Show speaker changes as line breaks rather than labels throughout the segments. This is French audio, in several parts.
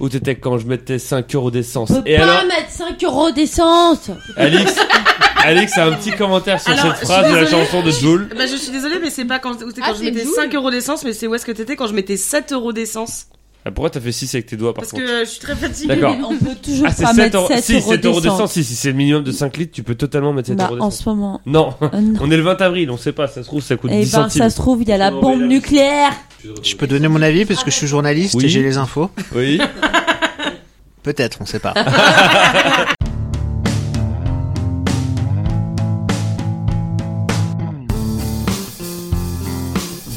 Où t'étais quand je mettais 5 euros d'essence
On peut
Et
pas
alors,
mettre 5 euros d'essence
Alix, Alix a un petit commentaire sur
Alors, je
cette
suis
phrase de la
désolée.
chanson de Joule.
Bah, je suis désolée, mais c'est pas quand, où c'était quand
Ah,
je
c'est
mettais
Joule.
5 euros d'essence, mais c'est où est-ce que t'étais quand je mettais 7 euros d'essence
Ah, pourquoi t'as fait 6 avec tes doigts par
Parce
contre
que euh, je suis très fatiguée.
D'accord.
On peut toujours
Ah, c'est
pas
7
mettre
euros.
7
Si, 7 euros d'essence,
d'essence.
si, si c'est le minimum de 5 litres, tu peux totalement mettre 7
Bah,
euros
en
d'essence.
ce moment.
Non,
euh, non.
on est le 20 avril, on sait pas, ça se trouve, ça coûte
Eh
10
ben,
centimes.
ça se trouve, il y a la
Non, mais
bombe
là-
nucléaire.
Je peux donner mon avis parce que je suis journaliste
Oui.
et j'ai les infos.
Oui.
Peut-être, on sait pas.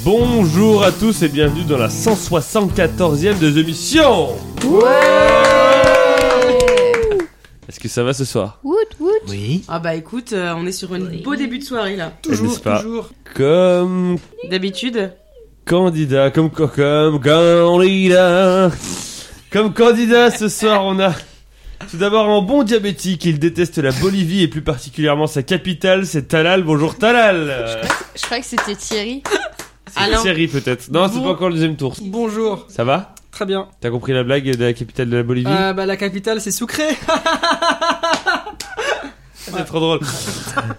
Bonjour à tous et bienvenue dans la 174e des émissions Est-ce que ça va ce soir Eh,
Oui.
Ah bah écoute, euh, on est sur un beau début de soirée là.
N'est-ce pas Comme
D'habitude.
candidat, comme, co- comme candidat Comme candidat ce soir on a tout d'abord un bon diabétique, il déteste la Bolivie et plus particulièrement sa capitale, c'est Talal. Bonjour Talal Euh,
Je crois que c'était Thierry. Ah
C'est une
Alain.
série peut-être. Non, c'est
Bon.
pas encore le deuxième tour.
Bonjour,
Ça va
très bien.
T'as compris la blague de la capitale de la Bolivie
Euh, bah, la capitale, c'est Sucré.
C'est trop drôle.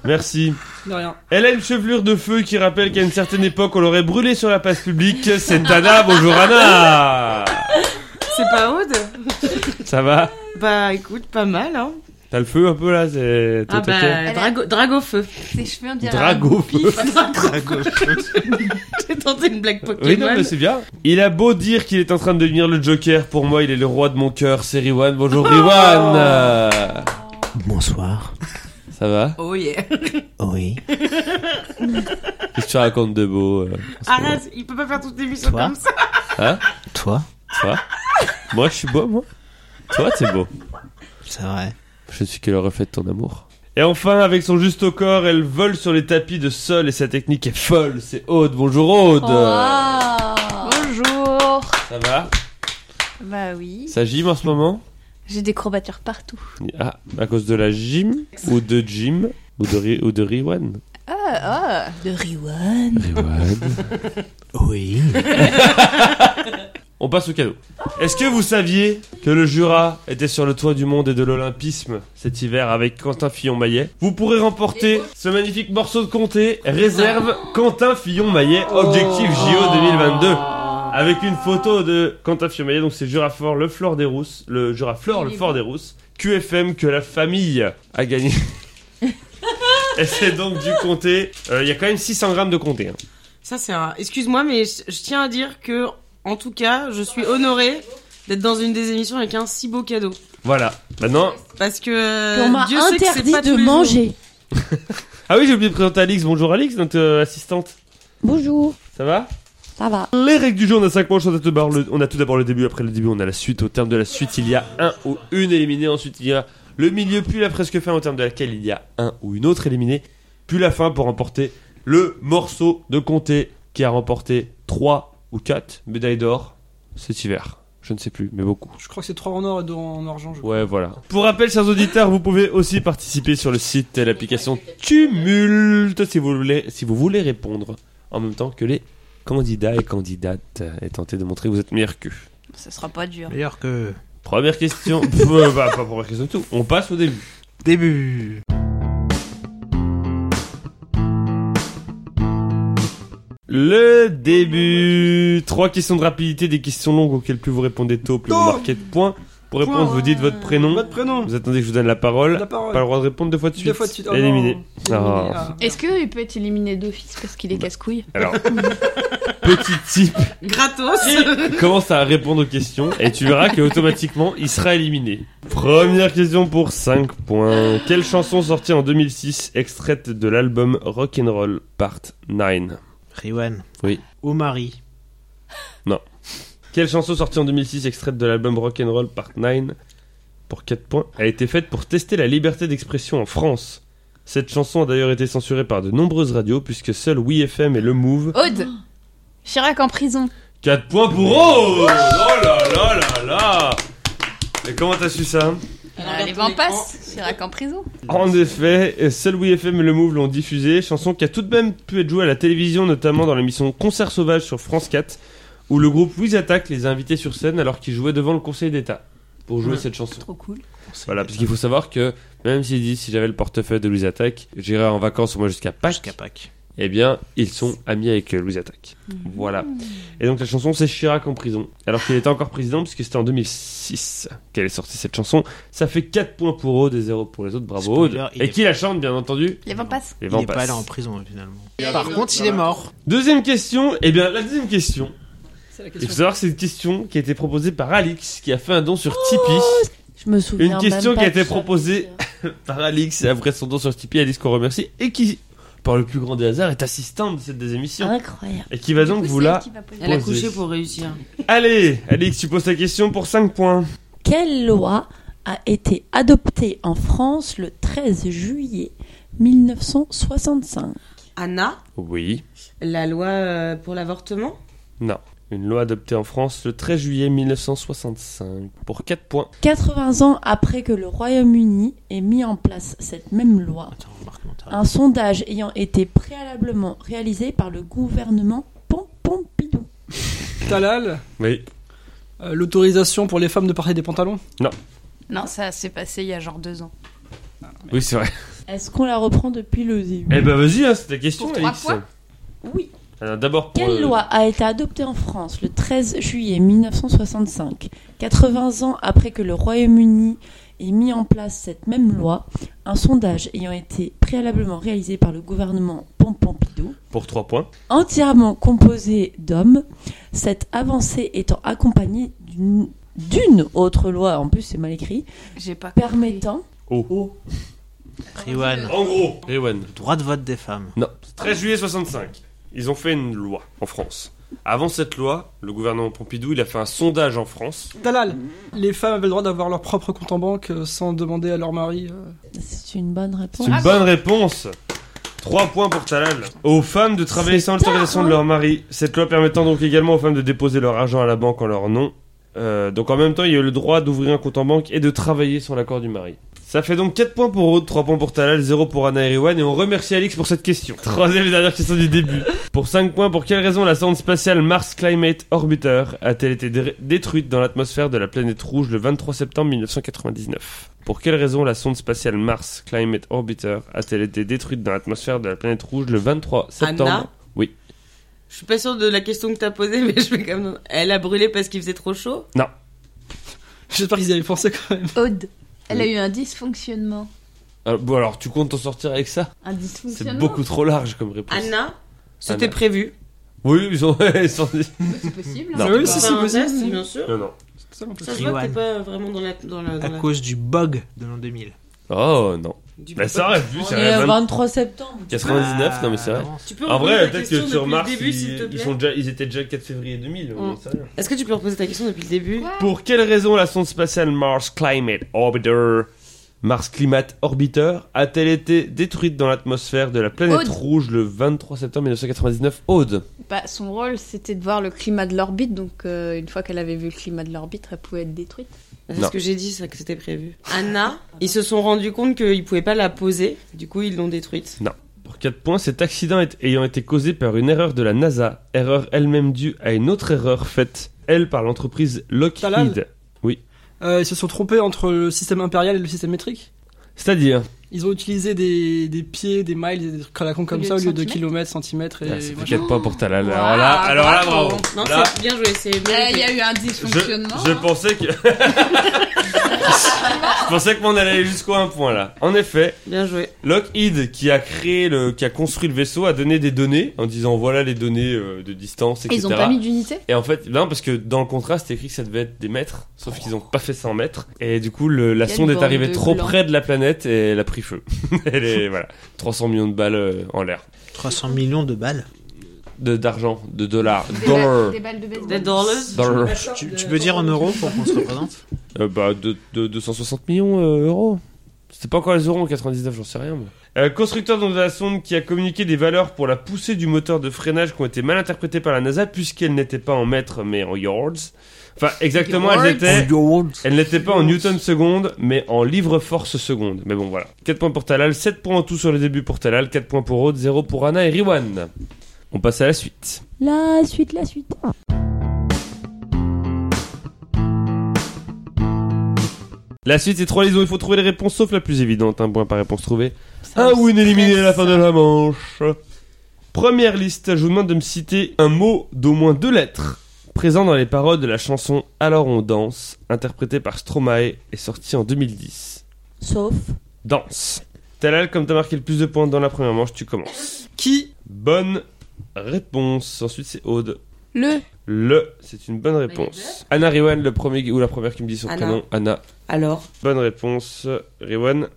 Merci.
De rien.
Elle a une chevelure de feu qui rappelle qu'à une certaine époque, on l'aurait brûlée sur la place publique. C'est Anna, bonjour Anna
C'est pas Aude
Ça va
Bah écoute, pas mal hein.
T'as le feu un peu là c'est... t'es
Ah
au taquet
bah, drago, dragofeu.
Ses cheveux, on dirait.
Drago feu
J'ai tenté une blague Pokémon.
Oui, non, mais c'est bien. Il a beau dire qu'il est en train de devenir le Joker, pour moi, il est le roi de mon cœur. C'est Riwan, bonjour
Oh
Riwan Euh,
Bonsoir.
Ça va
Oh yeah.
Oui.
Qu'est-ce que tu racontes de beau euh, en ce moment
Arrête, il peut pas faire toute l'émission
Toi
comme ça.
Toi
Toi Moi, je suis beau, moi Toi, t'es beau.
C'est vrai.
Je ne suis que le reflet de ton amour. Et enfin, avec son juste au corps, elle vole sur les tapis de sol et sa technique est folle. C'est Aude. Bonjour Aude.
Oh.
Bonjour.
Ça va
Bah oui.
Ça gym en ce moment
J'ai des courbatures partout.
Ah, à cause de la gym ou de gym ou de, Ri- ou de Riwan
Ah, ah. De Riwan.
Oui.
On passe au cadeau. Est-ce que vous saviez que le Jura était sur le toit du monde et de l'Olympisme cet hiver avec Quentin Fillon-Maillet Vous pourrez remporter ce magnifique morceau de comté réserve Quentin Fillon-Maillet Objectif JO 2022 avec une photo de Quentin Fillon-Maillet. Donc c'est Jura Fort, le Flore des Rousses, le Jura Flore, le Fort des Rousses, QFM que la famille a gagné. Et c'est donc du comté. Euh, Il y a quand même 600 grammes de comté. hein.
Ça c'est un... Excuse-moi, mais je, je tiens à dire que, en tout cas, je suis honorée d'être dans une des émissions avec un si beau cadeau.
Voilà. Maintenant,
Parce que euh,
on m'a
Dieu sait que c'est
interdit
pas
de
tous les jours.
manger.
Ah oui, j'ai oublié de présenter Alix. Bonjour Alix, notre euh, assistante.
Bonjour,
Ça va
ça va.
Les règles du jeu, on a 5 manches. On a tout d'abord le, on a tout d'abord le début. Après le début, on a la suite. Au terme de la suite, il y a un ou une éliminée. Ensuite, il y a le milieu, puis la presque fin, au terme de laquelle il y a un ou une autre éliminée. Puis la fin pour remporter le morceau de comté qui a remporté 3 ou 4 médailles d'or cet hiver. Je ne sais plus, mais beaucoup.
Je crois que c'est 3 en or et 2 en argent. je crois.
Ouais, voilà. Pour rappel, chers auditeurs, vous pouvez aussi participer sur le site et l'application Tumulte si vous voulez, si vous voulez répondre en même temps que les candidats et candidates euh, et tenter de montrer que vous êtes meilleur que.
Ça sera pas dur.
D'ailleurs que.
Première question. Bah, bah, pas première question du tout. On passe au début.
Début.
Le début. Trois questions de rapidité, des questions longues auxquelles plus vous répondez tôt, plus vous
Tôt.
marquez de points. Pour
Point.
répondre, vous dites votre prénom.
Votre prénom
Vous attendez que je vous donne la parole.
La parole.
Pas le droit de répondre deux fois de
Deux
suite.
fois de suite. Oh
Éliminé.
non.
Ah.
Éliminé, ah.
Est-ce qu'il peut être éliminé d'office parce qu'il est
Bah.
casse-couille
Alors, petit type.
Gratos.
Il commence à répondre aux questions et tu verras que automatiquement il sera éliminé. Première question pour 5 points. Quelle chanson sortie en 2006 extraite de l'album Rock'n'Roll Part 9
Riwan.
Oui.
Au mari.
Quelle chanson sortie en 2006 extraite de l'album Rock'n'Roll Part 9 pour 4 points a été faite pour tester la liberté d'expression en France Cette chanson a d'ailleurs été censurée par de nombreuses radios puisque seuls Oui FM et Le Move.
Aude. Chirac en prison.
4 points pour Rose Oh là là là là Mais comment t'as su ça
Euh, les vents passent. Chirac en prison.
En effet, euh, seul Oui FM et Le Move l'ont diffusée, chanson qui a tout de même pu être jouée à la télévision, notamment dans l'émission Concert Sauvage sur France 4, où le groupe Louise Attaque les a invités sur scène alors qu'ils jouaient devant le Conseil d'État pour jouer
Ouais.
cette chanson.
Trop cool.
Voilà, parce qu'il faut savoir que même s'ils disent si j'avais le portefeuille de Louise Attaque, j'irais en vacances au moins jusqu'à Pâques,
Jusqu'à Pâques.
eh bien, ils sont amis avec euh, Louise Attaque.
Mm.
Voilà. Et donc la chanson, c'est Chirac en prison. Alors qu'il était encore président, puisque c'était en 2006 qu'elle est sortie cette chanson. Ça fait 4 points pour Aude et 0 pour les autres. Bravo Aude.
Spoiler, il
Et
est-
qui la chante, bien entendu
Les vents passent.
Les
Il
vents
n'est pas
passent.
allé en prison finalement. Par
Euh,
contre, il est mort.
Deuxième question. Eh bien, la deuxième question,
C'est la
il faut
question.
savoir que c'est une question qui a été proposée par Alix, qui a fait un don sur
Oh,
Tipeee.
Je me souviens.
Une question
même pas
qui a été
de ça.
proposée. par Alix, après son don sur Tipeee, Alix qu'on remercie, et qui, par le plus grand des hasards, est assistante de cette des émissions.
Ah.
Incroyable.
Et qui va donc vous la...
Elle a
Posez.
couché pour réussir.
Allez, Alix, tu poses ta question pour 5 points.
Quelle loi a été adoptée en France le 13 juillet 1965
Anna,
Oui.
la loi euh, pour l'avortement
Une loi adoptée en France le 13 juillet 1965 pour 4 points.
80 ans après que le Royaume-Uni ait mis en place cette même loi,
Attends, Marc Montagnier.
un sondage ayant été préalablement réalisé par le gouvernement Pom- Pompidou.
Talal,
Oui.
euh, l'autorisation pour les femmes de porter des pantalons.
Non, ça s'est passé il y a genre deux ans.
Oui, c'est vrai.
Est-ce qu'on la reprend depuis le début
Eh ben vas-y, hein, c'est ta question,
Pour trois
Alix.
points
Oui.
Alors, D'abord pour...
Quelle
euh,
loi a été adoptée en France le 13 juillet 1965 80 ans après que le Royaume-Uni ait mis en place cette même loi, un sondage ayant été préalablement réalisé par le gouvernement Pom- Pompidou,
Pour 3 points.
entièrement composé d'hommes, cette avancée étant accompagnée d'une d'une autre loi, en plus c'est mal écrit,
J'ai pas compris.
permettant
Riwan.
En gros. Oh. Eh, Ewan.
Droit de vote des femmes.
Non. 13 juillet 65. Ils ont fait une loi en France. Avant cette loi, le gouvernement Pompidou, il a fait un sondage en France.
Talal, les femmes avaient le droit d'avoir leur propre compte en banque euh, sans demander à leur mari. euh.
C'est une bonne réponse. Ah,
C'est une bonne réponse. 3 points pour Talal. Aux femmes de travailler
C'est
sans l'autorisation
tard,
de
hein.
leur mari. Cette loi permettant donc également aux femmes de déposer leur argent à la banque en leur nom. Euh, donc en même temps, il y a eu le droit d'ouvrir un compte en banque et de travailler sans l'accord du mari. Ça fait donc 4 points pour Aude, 3 points pour Talal, 0 pour Anna et Erwan, et on remercie Alix pour cette question. Troisième et dernière question du début. Pour 5 points, pour quelle raison la sonde spatiale Mars Climate Orbiter a-t-elle été dé- détruite dans l'atmosphère de la planète rouge le 23 septembre 1999 Pour quelle raison la sonde spatiale Mars Climate Orbiter a-t-elle été détruite dans l'atmosphère de la planète rouge le 23 septembre
Anna Je suis pas sûre de la question que t'as posée, mais je vais quand même. Elle a brûlé parce qu'il faisait trop chaud
J'espère qu'ils y avaient pensé quand même.
Aude. Elle a eu un dysfonctionnement.
Ah, Bon alors, tu comptes t'en sortir avec ça
Un dysfonctionnement.
C'est beaucoup trop large comme réponse.
Anna, c'était
Anna.
prévu.
Oui, ils ont... ils sont-
C'est possible.
Non.
hein.
Ah
oui, si,
Enfin,
si,
un
possible.
test, bien sûr.
non, non.
C'est ça, mon petit.
Ça se voit que
Riwan.
t'es pas vraiment dans la. Dans la,
À
dans la-
cause du bug de l'an 2000.
Oh non.
du-
Bah ça reste vu,
On
ça
est
reste
le
20...
23 septembre.
99, non mais c'est
Ah,
vrai.
non,
Tu peux
En
reposer
vrai,
ta
peut-être
question
que
depuis
sur
le
Mars,
début, s'il
ils,
te
ils
plaît
sont déjà, ils étaient déjà le 4 février 2000. on
Mm.
sait rien.
Est-ce que tu peux reposer ta question depuis le début
Pour quelle raison la sonde spatiale Mars Climate Orbiter Mars Climate Orbiter a-t-elle été détruite dans l'atmosphère de la planète
Aude.
rouge le 23 septembre 1999 Aude
Bah, son rôle, c'était de voir le climat de l'orbite. Donc, euh, une fois qu'elle avait vu le climat de l'orbite, elle pouvait être détruite.
C'est
Non.
ce que j'ai dit, ça, que c'était prévu. Anna, ils se sont rendus compte qu'ils pouvaient pas la poser, du coup ils l'ont détruite.
Pour 4 points, cet accident est- ayant été causé par une erreur de la NASA, erreur elle-même due à une autre erreur faite, elle, par l'entreprise Lockheed.
Talal. Euh, ils se sont trompés entre le système impérial et le système métrique.
C'est-à-dire
Ils ont utilisé des, des pieds, des miles, des trucs à la con comme
lieu
ça au
de
lieu de
centimètres
kilomètres, centimètres et
Ah, ça fait
machin.
4 points pour Talal.
Waouh,
alors là, alors là,
bravo.
bravo.
Non,
Là,
c'est bien joué, c'est
Il
bien.
y a eu un
je,
dysfonctionnement.
je pensais que. je pensais que mon allait jusqu'au un point là. En effet,
Bien joué.
Lockheed, qui a créé le, qui a construit le vaisseau, a donné des données en disant voilà les données euh, de distance, etc.
Ils ont pas mis d'unité
Et en fait, non, parce que dans le contrat, c'était écrit que ça devait être des mètres, sauf qu'ils ont pas fait ça en mètres. Et du coup, le- la
Il y a
sonde
une
est arrivée
borne de
trop
blanc.
près de la planète et elle a pris feu. elle est, voilà, 300 millions de balles euh, en l'air,
300 millions de balles.
de d'argent, de dollars, dollars,
balles de
Des dollars
dollars.
Tu, tu peux dire en euros pour qu'on se représente
Euh, bah, de, de 260 millions euh, d'euros. C'était pas encore les euros en 99, j'en sais rien. moi. Euh, constructeur de la sonde qui a communiqué des valeurs pour la poussée du moteur de freinage qui ont été mal interprétées par la NASA puisqu'elles n'étaient pas en mètres mais en yards. Enfin, exactement, elles étaient. Elles n'étaient pas en newton seconde mais en livre force seconde. Mais bon, voilà. 4 points pour Talal, 7 points en tout sur le début pour Talal, 4 points pour Aude, 0 pour Anna et Riwan. On passe à la suite.
La suite, la suite.
La suite, c'est trois lisons. Il faut trouver les réponses, sauf la plus évidente. Un point par réponse trouvée.
Ça
Un
me
win éliminé à la fin
stresse.
de la manche. Première liste, je vous demande de me citer un mot d'au moins deux lettres présent dans les paroles de la chanson Alors on danse, interprétée par Stromae et sortie en 2010.
Sauf.
Danse. Talal, comme t'as marqué le plus de points dans la première manche, tu commences. Qui Bonne réponse. Ensuite, c'est Aude.
Le
Le, c'est une bonne réponse. Anna Riwan, le premier ou la première qui me dit son
Anna.
prénom. Anna,
Alors,
bonne réponse. Riwan,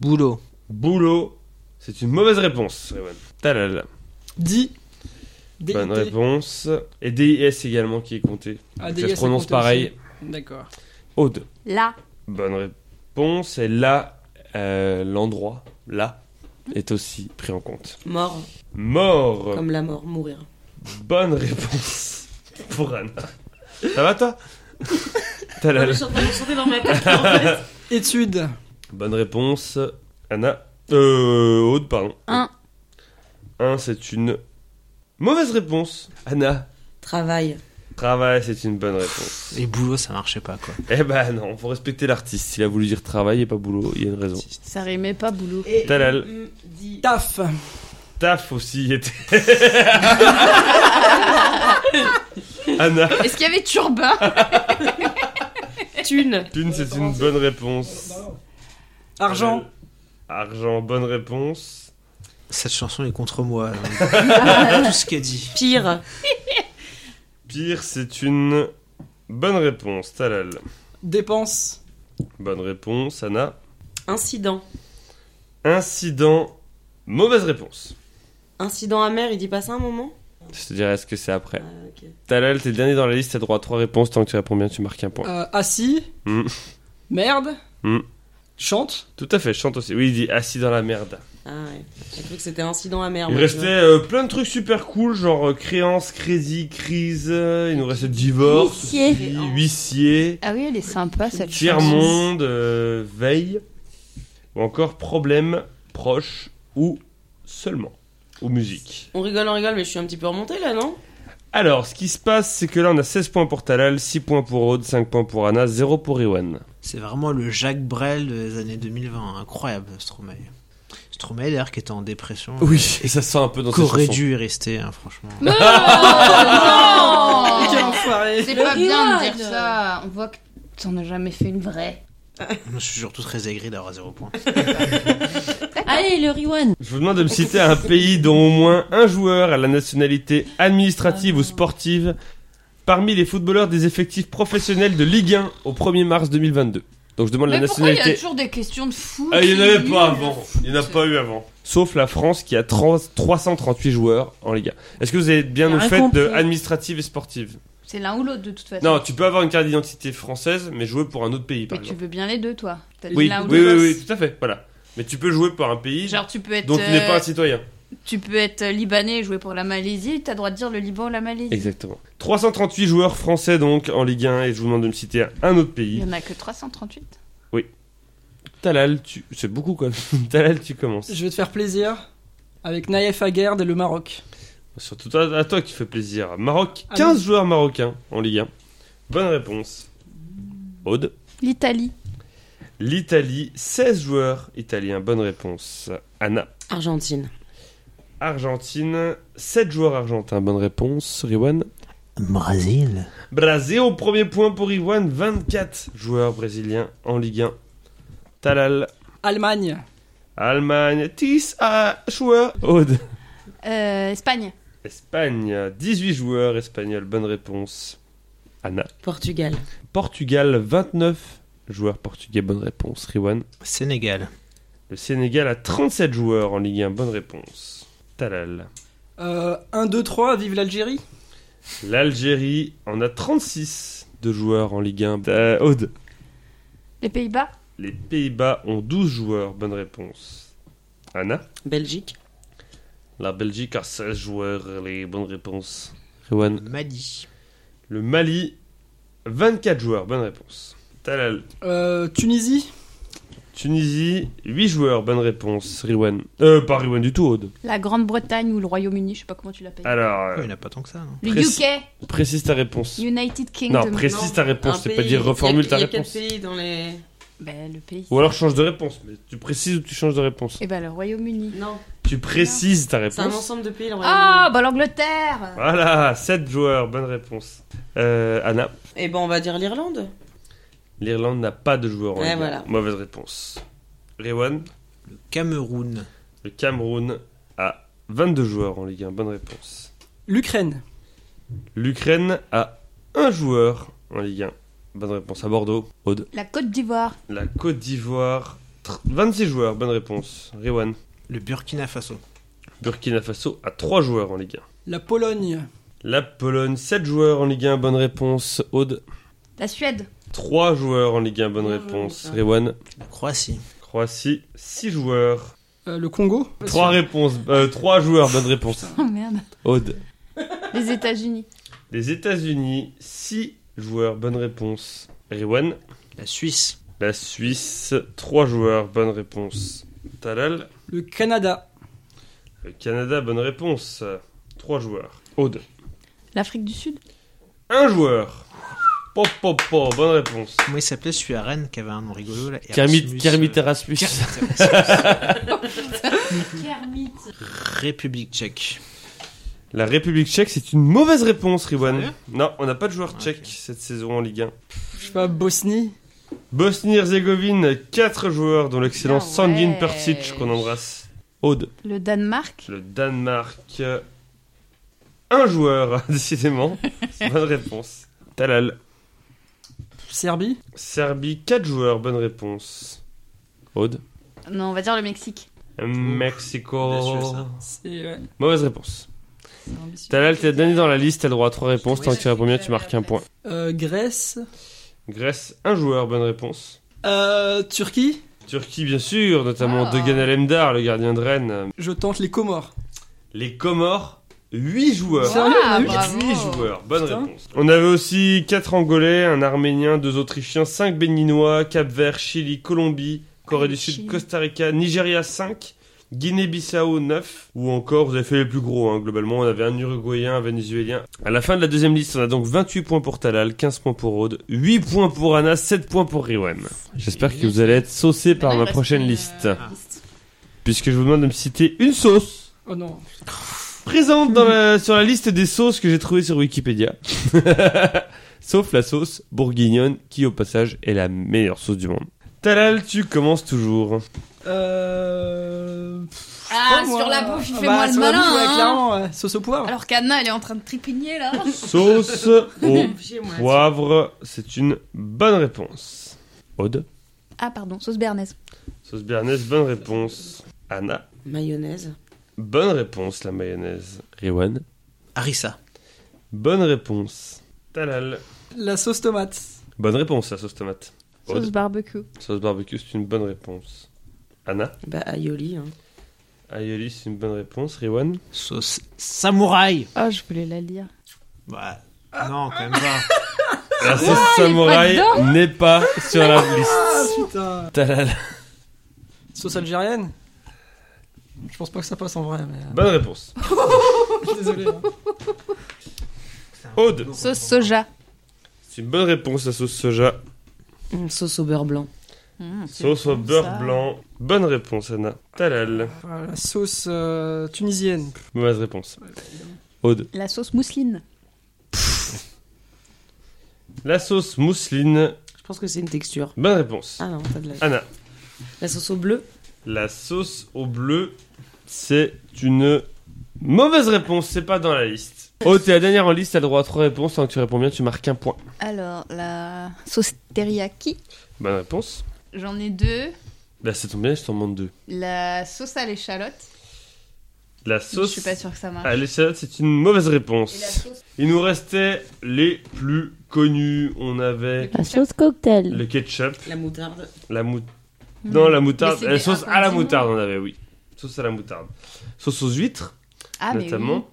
Boulot.
boulot, c'est une mauvaise réponse. Riwan. Talal,
Dit. D-
bonne
D-
réponse. Et DIS également qui est compté.
Ah,
Donc
D-
ça
yes,
se prononce
compte
pareil.
aussi. D'accord.
Aude,
La.
bonne réponse. Et là, euh, l'endroit, là, est aussi pris en compte.
mort,
Mort,
comme la mort, mourir.
bonne réponse pour Anna. Ça va toi
Je
Talal.
suis en train de chanter dans ma tête, là, en fait.
Étude.
Bonne réponse, Anna. Euh, Aude, pardon.
Un.
Un, c'est une mauvaise réponse. Anna,
Travail.
travail, c'est une bonne réponse.
Et boulot, ça marchait pas, quoi.
eh ben non, faut respecter l'artiste. Il a voulu dire travail et pas boulot, il y a une raison.
Ça rimait pas boulot.
Et
Talal.
mm, dit-
Taf.
Taf aussi il était. Anna,
Est-ce qu'il y avait Turba
Thune.
thune, c'est une bonne réponse. Euh,
Argent.
Argent, bonne réponse.
Cette chanson est contre moi. euh. Tout ce qu'elle dit.
Pire.
Pire, c'est une bonne réponse. Talal,
Dépense.
bonne réponse. Anna.
Incident.
Incident, mauvaise réponse.
Incident amer, il dit pas ça un moment
Je te dirai ce que c'est après.
Ah, ok.
Talal, t'es le dernier dans la liste, t'as droit à 3 réponses. Tant que tu réponds bien, tu marques un point.
Ah.
Euh, assis.
Mm.
Merde.
Mm.
Chante.
Tout à fait, je chante aussi. Oui, il dit assis dans la merde.
Ah ouais. J'ai cru que c'était incident amer.
Il
moi, tu
restait
Ah vois.
euh, plein de trucs super cool, genre euh, créance, crédit, crise. euh, il nous restait divorce,
Huissier.
aussi, huissier,
Ah oui, elle est sympa cette chanson.
tiers-monde, euh, veille, ou encore problème, proche ou seulement, ou musique.
On rigole, on rigole, mais je suis un petit peu remonté là, non
Alors, ce qui se passe, c'est que là, on a 16 points pour Talal, 6 points pour Aude, 5 points pour Anna, 0 pour Iwan.
C'est vraiment le Jacques Brel des années 2020. Incroyable, Stromae. Stromae, d'ailleurs, qui était en dépression.
Oui, et ça sent un peu dans cette
Qu'aurait
chanson.
dû y rester, hein, franchement.
Quel
Ah.
Non
enfoiré.
C'est pas
Le
bien de
Iran.
dire ça. On voit que t'en as jamais fait une vraie.
Je suis surtout très aigri d'avoir zéro point.
Allez, le Riwan.
Je vous demande de me citer un pays dont au moins un joueur a la nationalité administrative ou sportive parmi les footballeurs des effectifs professionnels de Ligue 1 au 1er mars 2022. Donc je demande la
Mais pourquoi il y a
nationalité.
toujours des questions de fou
Ah, il n'y en avait pas avant. Il n'y en a pas eu avant. Sauf la France qui a 30 338 joueurs en Ligue 1. Est-ce que vous êtes bien
J'ai
au
rien
fait de
compris.
administrative et sportive
C'est l'un ou l'autre de toute façon.
Non, tu peux avoir une carte d'identité française mais jouer pour un autre pays par
Mais tu
exemple.
veux bien les deux, toi. T'as dit
Oui,
l'un ou
oui, oui,
l'autre.
oui, tout à fait. Voilà. Mais tu peux jouer pour un pays
Genre, tu peux être.
dont tu n'es pas
euh,
un citoyen.
Tu peux être libanais et jouer pour la Malaisie, t'as droit de dire le Liban ou la Malaisie.
Exactement. 338 joueurs français donc en Ligue 1 et je vous demande de me citer un autre
Il y
pays.
en a que 338.
Talal, tu... c'est beaucoup quand même. Talal, tu commences.
Je vais te faire plaisir avec Naïf Aguerd et le Maroc.
Surtout toi- à toi qui fait plaisir. Maroc,
Ah
15 joueurs marocains en Ligue 1. Bonne réponse. Aude.
L'Italie.
L'Italie, 16 joueurs italiens. Bonne réponse. Anna.
Argentine.
Argentine, 7 joueurs argentins. Bonne réponse. Riwan.
Brésil.
Brésil, au premier point pour Riwan. 24 joueurs brésiliens en Ligue 1. Talal.
Allemagne.
Allemagne, 10 à joueurs. Aude.
Euh, Espagne.
Espagne, 18 joueurs espagnols, bonne réponse. Anna.
Portugal.
Portugal, 29 joueurs portugais, bonne réponse. Riwan.
Sénégal.
Le Sénégal a 37 joueurs en Ligue 1, bonne réponse. Talal.
Euh, 1, 2, 3, vive l'Algérie.
L'Algérie en a 36 de joueurs en Ligue 1. Euh, Aude.
Les Pays-Bas.
Les Pays-Bas ont 12 joueurs, bonne réponse. Anna.
Belgique.
La Belgique a 16 joueurs, les bonnes réponses. Riwan.
Mali.
Le Mali, 24 joueurs, bonne réponse. Talal.
Euh, Tunisie.
Tunisie, 8 joueurs, bonne réponse. Riwan. Euh, pas Riwan du tout, Aude.
La Grande-Bretagne ou le Royaume-Uni, je sais pas comment tu
Ah,
l'appelles.
Alors,
Oh, il
euh,
n'y en a pas tant que ça, non
le
précis-
UK.
précise ta réponse.
United Kingdom.
Non, précise
Non,
ta
un
réponse, c'est pas
pays.
dire reformule
Il y a-
ta
Il y a quatre
réponse.
pays dans les.
Ben, le pays.
Ou alors change de réponse, mais tu précises ou tu changes de réponse.
Et ben, le Royaume-Uni.
Non,
Tu précises ta
c'est un
réponse.
ensemble de pays, le
Ah, bah l'Angleterre
Voilà, 7 joueurs, bonne réponse. Euh, Anna,
Et ben, on va dire l'Irlande.
l'Irlande n'a pas de joueurs en
Ouais,
Ligue un.
voilà.
Mauvaise réponse. Rewan,
Le Cameroun.
le Cameroun a 22 joueurs en Ligue 1, bonne réponse.
L'Ukraine.
L'Ukraine a un joueur en Ligue 1, bonne réponse. À Bordeaux, Aude.
La Côte d'Ivoire.
La Côte d'Ivoire, tr- 26 joueurs, bonne réponse. Rewan,
Le Burkina Faso.
Burkina Faso a 3 joueurs en Ligue 1.
La Pologne.
La Pologne, 7 joueurs en Ligue 1, bonne réponse. Aude,
La Suède.
3 joueurs en Ligue 1, bonne
Bien joué,
réponse.
Lucas.
Rewan,
La Croatie.
Croatie, 6 joueurs.
euh, le Congo.
Trois réponses, euh, trois joueurs, bonne réponse.
Oh merde.
Aude.
Les États-Unis.
Les États-Unis, six joueurs, bonne réponse. Riwan.
La Suisse.
La Suisse, trois joueurs, bonne réponse. Talal.
Le Canada.
Le Canada, bonne réponse. Trois joueurs. Aude.
L'Afrique du Sud.
Un joueur. Pop, pop, pop, bonne réponse.
Comment il s'appelait celui à Rennes qui avait un nom rigolo là
Kermit, Kermit
Erasmus,
Erasmus.
euh, Kermit Erasmus.
Kermit.
République tchèque.
La République tchèque, c'est une mauvaise réponse, Riwan.
Sérieux
Non, on n'a pas de joueur
Ok.
tchèque cette saison en Ligue 1.
Je sais pas, Bosnie.
Bosnie-Herzégovine, quatre joueurs, dont l'excellent
Ah
Sandin
ouais.
Persic qu'on embrasse. Aude.
Le Danemark.
Le Danemark. euh, Un joueur, décidément. C'est une Bonne réponse. Talal.
Serbie.
Serbie, 4 joueurs. Bonne réponse. Aude.
Non, on va dire le Mexique.
Audacieux,
Mexico.
ça.
C'est ouais,
Mauvaise réponse.
c'est ambitieux.
Talal, t'es le dernier dans la liste. T'as le droit à 3 réponses. Tant que tu réponds bien, tu marques un point.
Euh, Grèce.
Grèce, un joueur. Bonne réponse.
Euh, Turquie.
Turquie, bien sûr, notamment
Ah.
Degan Alemdar, le gardien de Rennes.
Je tente les Comores.
Les Comores, 8 joueurs.
Sérieux, on a eu
Ah, bravo.
8 joueurs, bonne
Putain.
réponse. On avait aussi 4 Angolais, un Arménien, 2 Autrichiens, 5 Béninois, Cap-Vert, Chili, Colombie, Corée du Sud,
Chili.
Costa Rica, Nigeria 5, Guinée-Bissau 9, ou encore, vous avez fait les plus gros, hein, globalement, on avait un Uruguayen, un Vénézuélien. À la fin de la deuxième liste, on a donc 28 points pour Talal, 15 points pour Aude, 8 points pour Anna, 7 points pour Riwan. J'espère que vous allez être saucés par ma prochaine liste, puisque je vous demande de me citer une sauce
Oh non.
présente dans la- sur la liste des sauces que j'ai trouvées sur Wikipédia. Sauf la sauce bourguignonne qui, au passage, est la meilleure sauce du monde. Talal, tu commences toujours.
Euh...
Ah,
pas
sur
moi.
la bouffe, il
Ah
fait
bah,
moi le
sur la
malin.
bouffe, ouais,
hein.
clairement, ouais. Sauce au poivre.
Alors qu'Anna, elle est en train de tripigner là.
Sauce au
Chez moi.
poivre, c'est une bonne réponse. Aude,
Ah, pardon, sauce béarnaise.
sauce béarnaise, bonne réponse. Anna,
Mayonnaise.
bonne réponse, la mayonnaise. Riwan,
Harissa.
bonne réponse. Talal,
La sauce tomate.
bonne réponse, la sauce tomate. Aude,
barbecue.
sauce barbecue, c'est une bonne réponse. Anna
Bah, aioli. Hein.
Aioli, c'est une bonne réponse. Riwan
Sauce samouraï.
Oh, je voulais la lire.
Bah,
Ah.
non, quand même pas.
La sauce samouraï n'est pas sur la
Ah
liste.
putain.
Talal.
Sauce algérienne. Je pense pas que ça passe en vrai, mais euh,
Bonne réponse.
je suis désolé. hein.
Aude.
Sauce soja.
C'est une bonne réponse, la sauce soja.
Mm, sauce au beurre blanc.
Mmh.
Sauce au beurre blanc. Bonne réponse, Anna. Talal.
Voilà, la sauce euh, tunisienne.
Mauvaise réponse. Aude.
La sauce mousseline.
La sauce mousseline.
Je pense que c'est une texture.
Bonne réponse.
Ah non, pas de la...
Anna.
La sauce au bleu.
La sauce au bleu, c'est une mauvaise réponse. C'est pas dans la liste. Aude, t'es la dernière en liste. T'as le droit à trois réponses. Tant que tu réponds bien, tu marques un point.
Alors, la sauce teriyaki.
Bonne réponse.
J'en ai deux.
Là, ça tombe bien, je t'en demande deux.
La sauce à l'échalote.
La
Je
sauce.
suis pas sûre que ça marche.
Allez, ça, c'est une mauvaise réponse.
sauce
Il nous restait les plus connus. On avait
La sauce cocktail.
le ketchup,
La moutarde.
la moutarde. Non, la moutarde.
Mais c'est
La
des-
sauce
un
à la
condiment.
moutarde, on avait, oui. Sauce à la moutarde. Sauce aux huîtres,
ah, mais
notamment.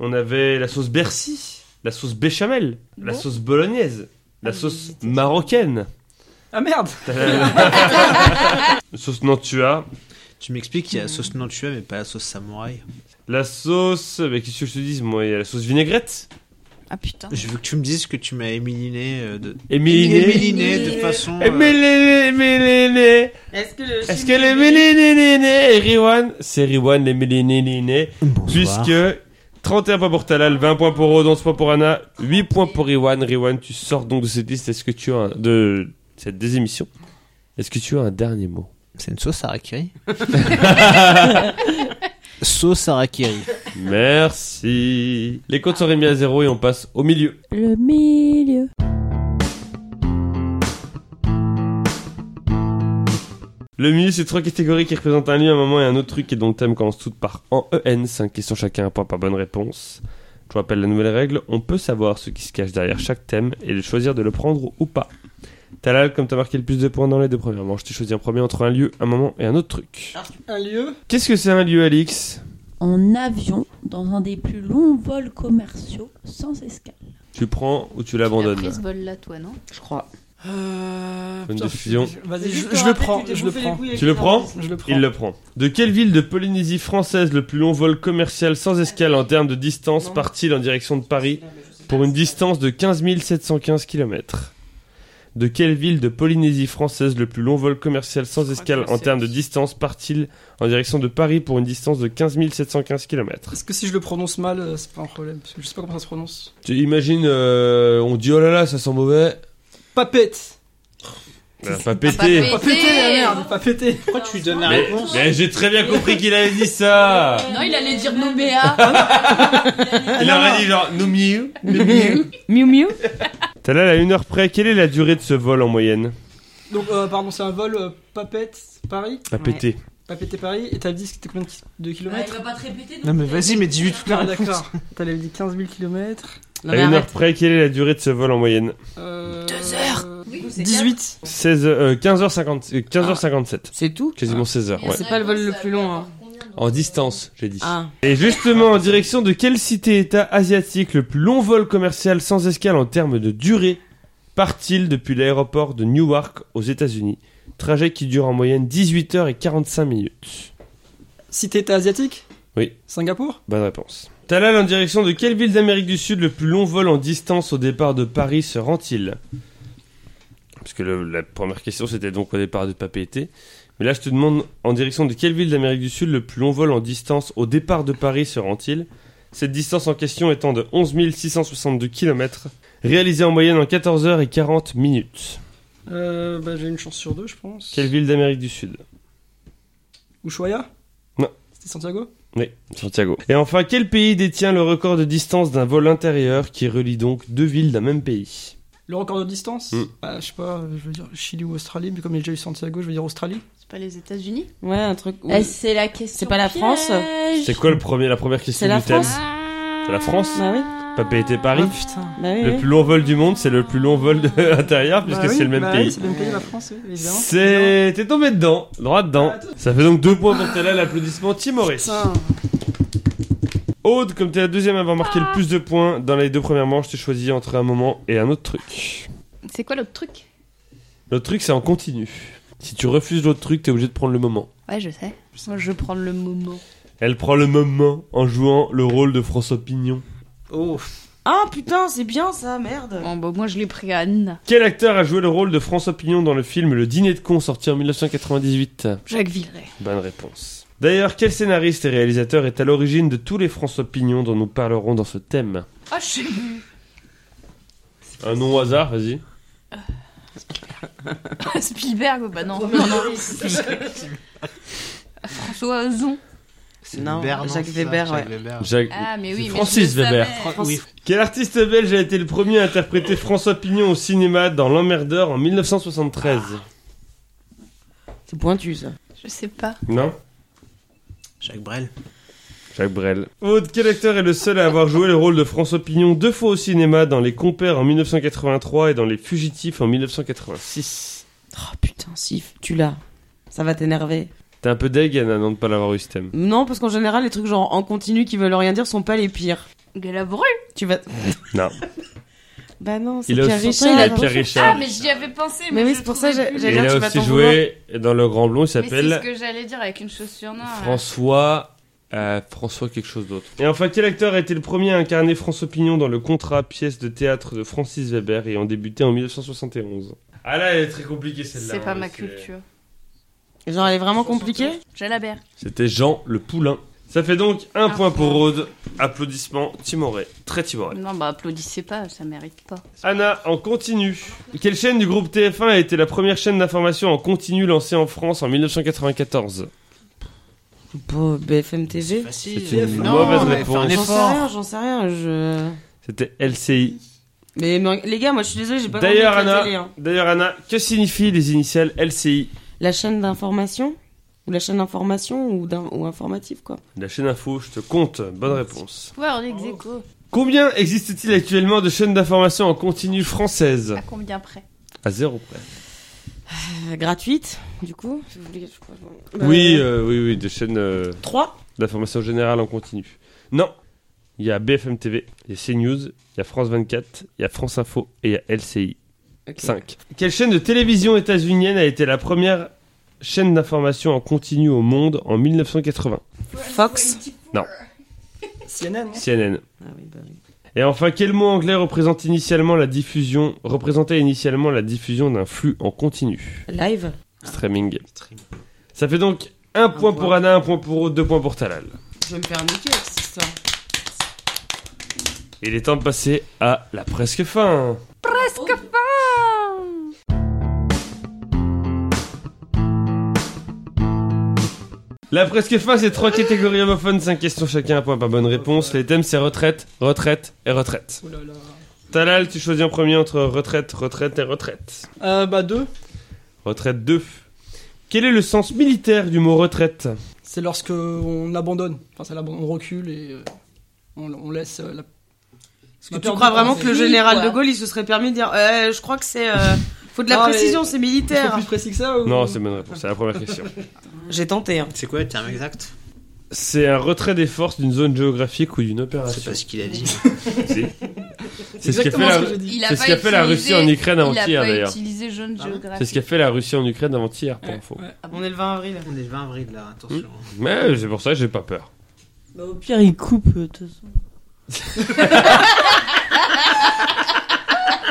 On avait la sauce Bercy, la sauce béchamel, la
Bon. Ah,
sauce bolognaise, la sauce marocaine,
Ah merde
la sauce Nantua,
Tu m'expliques qu'il y a la sauce Nantua, mais pas la sauce samouraï.
la sauce. Mais qu'est-ce que je te dis Moi, il y a la sauce vinaigrette,
Ah putain.
Je veux que tu me dises que tu m'as émiliné euh, de...
Émiliné.
Émiliné de
Émiliné.
façon... euh,
Émiliné, Émiliné.
Est-ce que le.
Est-ce que les Mélinénéné et Riwan C'est Riwan, les Mélinénéné.
Bonsoir.
Puisque 31 points pour Talal, 20 points pour Rodon, 11 points pour Anna, 8 points pour Riwan. Riwan, tu sors donc de cette liste. Est-ce que tu as un- de cette désémission Est-ce que tu as un dernier mot
C'est une sauce à rakiri. sauce à rakiri.
Merci. Les comptes sont remis à zéro et on passe au milieu.
Le milieu.
Le milieu, c'est trois catégories qui représentent un lieu, un moment et un autre truc et dont le thème commence toutes par en EN. 5 questions chacun, un point par bonne réponse. Je vous rappelle la nouvelle règle, on peut savoir ce qui se cache derrière chaque thème et de choisir de le prendre ou pas. Talal, comme t'as marqué le plus de points dans les deux premières manches, t'es choisi en premier entre un lieu, un moment et un autre truc.
Un lieu
Qu'est-ce que c'est un lieu, Alix
En avion, dans un des plus longs vols commerciaux, sans escale.
Tu prends ou tu
Tu l'as
l'abandonnes
pris ce vol là, toi, non
Je crois.
Euh.
Bonne
Putain,
décision.
je- Vas-y, je, je le prends, je le prends.
Tu le prends
Je le prends.
Il le prend. De quelle ville de Polynésie française le plus long vol commercial sans escale en termes de distance
Non.
part-il en direction de Paris pour une distance de 15 715 km De quelle ville de Polynésie française le plus long vol commercial sans
crois
escale
que
en
c'est-
termes de distance part-il en direction de Paris pour une distance de 15 715 km
Parce que si je le prononce mal, euh, c'est pas un problème. parce que Je sais pas comment ça se prononce.
Tu imagines, euh, on dit oh là là, ça sent mauvais.
Papette
Bah, pas
pas
pété.
pété.
Papette, la merde Papette
Pourquoi tu donnes la
Mais,
réponse
mais j'ai très bien compris qu'il avait dit ça.
Non, il allait dire Noméa.
Il aurait dit genre, nous mieux.
Miu Miu
Talal, à une heure près, quelle est la durée de ce vol en moyenne
Donc, euh, pardon, c'est un vol euh, Papette Paris
À péter.
Papette Paris, et t'as dit que c'était combien de ki- de kilomètres
pas te répéter.
Non mais vas-y, mais dis-lui toute la
Ah,
réponse.
d'accord. T'avais dit 15 000 kilomètres.
À une heure près, quelle est la durée de ce vol en moyenne
Euh...
Deux heures.
18
16, euh, 15h50, euh, 15h57.
C'est tout
Quasiment 16h, ouais.
C'est pas le vol le plus long, hein.
Ah. En distance, j'ai dit.
Ah.
Et justement, en direction de quelle cité-état asiatique le plus long vol commercial sans escale en termes de durée part-il depuis l'aéroport de Newark aux États-Unis Trajet qui dure en moyenne 18h45 minutes.
Cité asiatique
Oui.
Singapour
Bonne réponse. Talal, en direction de quelle ville d'Amérique du Sud le plus long vol en distance au départ de Paris se rend-il Parce que le- la première question c'était donc au départ de Papeete. Mais là je te demande en direction de quelle ville d'Amérique du Sud le plus long vol en distance au départ de Paris se rend-il Cette distance en question étant de 11 662 km, réalisée en moyenne en 14h40 minutes.
Euh, bah j'ai une chance sur deux, je pense.
Quelle ville d'Amérique du Sud
Ushuaïa
Non.
C'était Santiago
Oui, Santiago. Et enfin, quel pays détient le record de distance d'un vol intérieur qui relie donc deux villes d'un même pays
Le record de distance
Hmm.
Bah je sais pas, je veux dire Chili ou Australie, mais comme il y a déjà eu Santiago, je vais dire Australie.
C'est pas les États-Unis
Ouais, un truc. oui.
Eh, C'est la question.
C'est pas la France
piège.
C'est quoi le premier, la première question
C'est la
du thème
France.
C'est la France
Bah oui.
Pas pété Paris
Ah, putain.
Bah oui.
Le
oui.
plus long vol du monde, c'est le plus long vol de- intérieur puisque
Bah oui,
Ah, c'est le même
bah oui,
pays.
c'est le même pays, la France, oui, évidemment.
C'est... T'es tombé dedans, droit dedans. Ça fait donc deux points pour Tella, l'applaudissement Timoré.
Ah, Putain.
Aude, comme t'es la deuxième à avoir marqué
Ah.
le plus de points dans les deux premières manches, t'es choisi entre un moment et un autre truc.
C'est quoi l'autre truc
L'autre truc, c'est en continu. Si tu refuses l'autre truc, t'es obligé de prendre le moment.
Ouais, je sais. Moi, je vais prendre le moment.
Elle prend le moment en jouant le rôle de François Pignon.
Oh.
Ah putain, c'est bien ça, merde.
Bon, bah, moi, je l'ai pris à Anna.
Quel acteur a joué le rôle de François Pignon dans le film Le Dîner de con sorti en 1998
Jacques Villeray.
Bonne réponse. D'ailleurs, quel scénariste et réalisateur est à l'origine de tous les François Pignon dont nous parlerons dans ce thème
Ah, je sais plus.
Un nom au hasard, vas-y.
Ah, Spielberg, bah non. non, non. François Ozon.
C'est
Non,
Weber,
Jacques
c'est ça,
Weber,
Jacques
ouais.
Weber.
Jacques.
Ah, mais oui,
C'est
mais
Francis
je le
Weber.
savais.
Oui,
Quel artiste belge a été le premier à interpréter François Pignon au cinéma dans L'Emmerdeur en 1973
C'est pointu ça.
Je sais pas.
Non
Jacques Brel.
Jacques Brel. Aude, quel acteur est le seul à avoir joué le rôle de François Pignon deux fois au cinéma dans Les Compères en 1983 et dans Les Fugitifs en 1986
Oh putain, si tu l'as. Ça va t'énerver.
T'es un peu deg, Anna, non, de pas l'avoir eu ce thème.
Non, parce qu'en général, les trucs genre en continu qui veulent rien dire sont pas les pires.
Galabru.
Tu vas.
Non.
Bah non, c'est
Il a aussi,
Pierre Richard.
il a Pierre Richard.
Ah, mais j'y avais pensé.
Mais
moi,
oui,
je
c'est pour ça que
trouvais
j'ai-
plus.
Et il
j'allais dire
a
tu vas
aussi
t'en
joué dans Le Grand Blond, il
Mais C'est ce Ah,
s'appelle
euh, que j'allais dire avec une chaussure noire.
François à François quelque chose d'autre. Et enfin, quel acteur a été le premier à incarner François Pignon dans le contrat pièce de théâtre de Francis Weber ayant débuté en 1971 Ah là, elle est très compliquée celle-là.
C'est pas
hein,
ma culture.
Genre, elle est vraiment compliquée
Jalabert.
C'était Jean le Poulain. Ça fait donc un point pour Rhodes. Applaudissements Timoré. Très Timoré.
Non, bah applaudissez pas, ça mérite pas.
Anna, en continu. Quelle chaîne du groupe TF1 a été la première chaîne d'information en continu lancée en France en 1994
Bon, BFM TV
Facile.
C'est une
Non,
mauvaise
mais
réponse.
fais un
J'en
J'en sais
effort.
rien, j'en sais rien. Je...
C'était LCI.
Mais, mais, les gars, moi je suis désolée, j'ai pas compris
D'ailleurs,
la
Anna,
télé, hein.
D'ailleurs, Anna, que signifient les initiales LCI
La chaîne d'information Ou la chaîne d'information ou, d'in- ou informative, quoi.
La chaîne info, je te compte. Bonne réponse.
Ouais, on est ex aequo.
Oh. Combien existe-t-il actuellement de chaînes d'information en continu françaises
À combien près
À zéro près.
Euh, gratuite, du coup si vous voulez, je crois, je- Bah,
Oui, euh, oui, oui, des chaînes euh,
3
d'information générale en continu. Non. Il y a BFM TV, il y a CNews, il y a France 24, il y a France Info et il y a LCI. 5. Quelle chaîne de télévision états-unienne a été la première chaîne d'information en continu au monde en 1980
Fox
CNN.
CNN.
Ah oui, bah oui.
Et enfin, quel mot anglais représente initialement la diffusion, représentait initialement la diffusion d'un flux en continu
Live
Streaming.
Stream.
Ça fait donc un point pour
point.
Anna, un point pour Aude, deux points pour Talal.
Je vais me faire niquer avec cette histoire.
Il est temps de passer à la presque fin. Oh. La presque fin, c'est trois catégories homophones, cinq questions chacun, un point par bonne réponse. Les thèmes, c'est retraite, retraite et retraite.
Oh là là.
Talal, tu choisis en premier entre retraite, retraite et retraite.
Euh, bah deux,
Retraite 2. Quel est le sens militaire du mot retraite
c'est lorsque on abandonne. Enfin, c'est l'abandon- on recule et euh, on, on laisse euh, la.
Parce que tu crois vraiment que le général de Gaulle, il se serait permis de dire Euh, Je crois que c'est. euh, faut de la
Non, mais-
précision, c'est
C'est
militaire.
plus précis que ça ou...
Non, c'est bonne réponse, c'est la première question.
J'ai tenté. Hein.
C'est quoi le terme exact
C'est un retrait des forces d'une zone géographique ou d'une
C'est
opération.
pas ce qu'il a dit.
Si. C'est ce qui a fait
exactement
la,
ce que j'ai dit.
Il a
c'est ce
pas
qui a fait la Russie
utilisé-
en Ukraine
il a
avant-hier
pas
d'ailleurs.
utilisé jaune
Pardon
géographique.
C'est ce qui a fait la Russie en Ukraine avant-hier, pour
Ouais,
info.
ouais.
On est le 20 avril.
On est le 20 avril là, attention.
Mais c'est pour ça que j'ai pas peur.
Bah, au pire, il coupe, euh, de toute façon.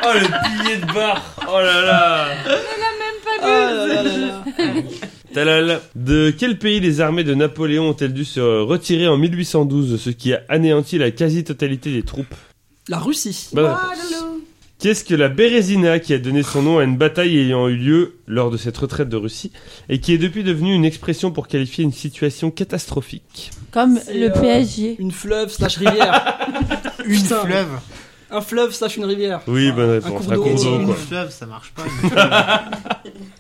Oh le pilier de barre Oh là là
Ah là là là là.
Talal, de quel pays les armées de Napoléon ont-elles dû se retirer en 1812, ce qui a anéanti la quasi-totalité des troupes Bah,
La Russie.
Bonne
Ah,
réponse. Qu'est-ce que la Bérésina qui a donné son nom à une bataille ayant eu lieu lors de cette retraite de Russie et qui est depuis devenue une expression pour qualifier une situation catastrophique
Comme
C'est,
le
euh,
PSG.
Une fleuve slash rivière.
Une
Putain.
fleuve
Un fleuve slash une rivière.
Oui, bonne
Un
réponse,
cours
un
d'eau.
cours d'eau
Une
Oh, quoi.
fleuve, ça marche pas.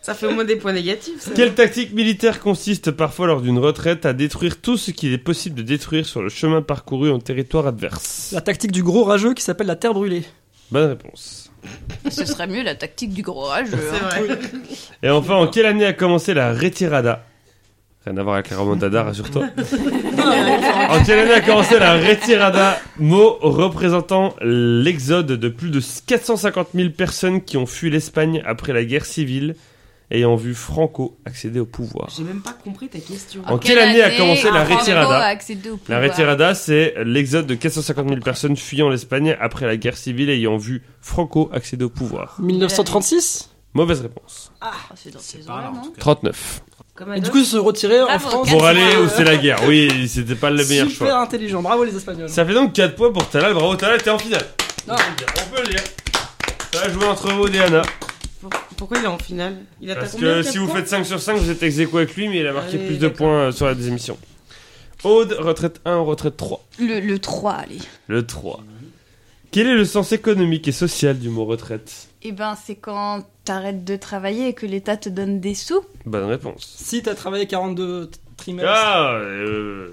Ça fait au moins des points négatifs. ça.
Quelle tactique militaire consiste parfois lors d'une retraite à détruire tout ce qu'il est possible de détruire sur le chemin parcouru en territoire adverse
La tactique du gros rageux qui s'appelle la terre brûlée.
Bonne réponse.
Ce serait mieux la tactique du gros rageux.
C'est vrai.
Et enfin, en quelle année a commencé la retirada Rien à voir avec la remontada, rassure-toi. en quelle année a commencé la retirada Mot représentant l'exode de plus de 450 000 personnes qui ont fui l'Espagne après la guerre civile, ayant vu Franco accéder au pouvoir.
J'ai même pas compris ta question.
En quelle année a commencé la
Franco
retirada
a accédé au
La
pouvoir
retirada, c'est l'exode de 450 000 personnes fuyant l'Espagne après la guerre civile ayant vu Franco accéder au pouvoir.
1936
Mauvaise réponse.
Ah, C'est dans ces
C'est pas là
ans-là,
en tout
non
cas.
39.
Comme
Et
Adolphe.
du coup, ils se retiraient en
Bravo,
France.
quatre
Pour
Pour
aller
aller
où c'est la guerre. Oui, c'était pas le meilleur
Super
choix.
intelligent. Bravo les Espagnols.
Ça fait donc 4 points pour Talal. Bravo Talal, t'es en finale.
Non.
On peut le dire. Ça va jouer entre vous et Anna.
Pour- Pourquoi il est en finale Il a
Parce que si vous faites 5 sur 5, vous êtes ex aequo avec lui, mais il a marqué
Allez,
plus de
d'accord.
points euh, sur la deuxième émission. Aude, retraite 1, retraite 3.
Le, le 3, allez.
Le 3. Quel est le sens économique et social du mot retraite
Eh ben, c'est quand t'arrêtes de travailler et que l'État te donne des sous.
Bonne réponse.
Si t'as travaillé 42 t- trimestres.
Ah, euh,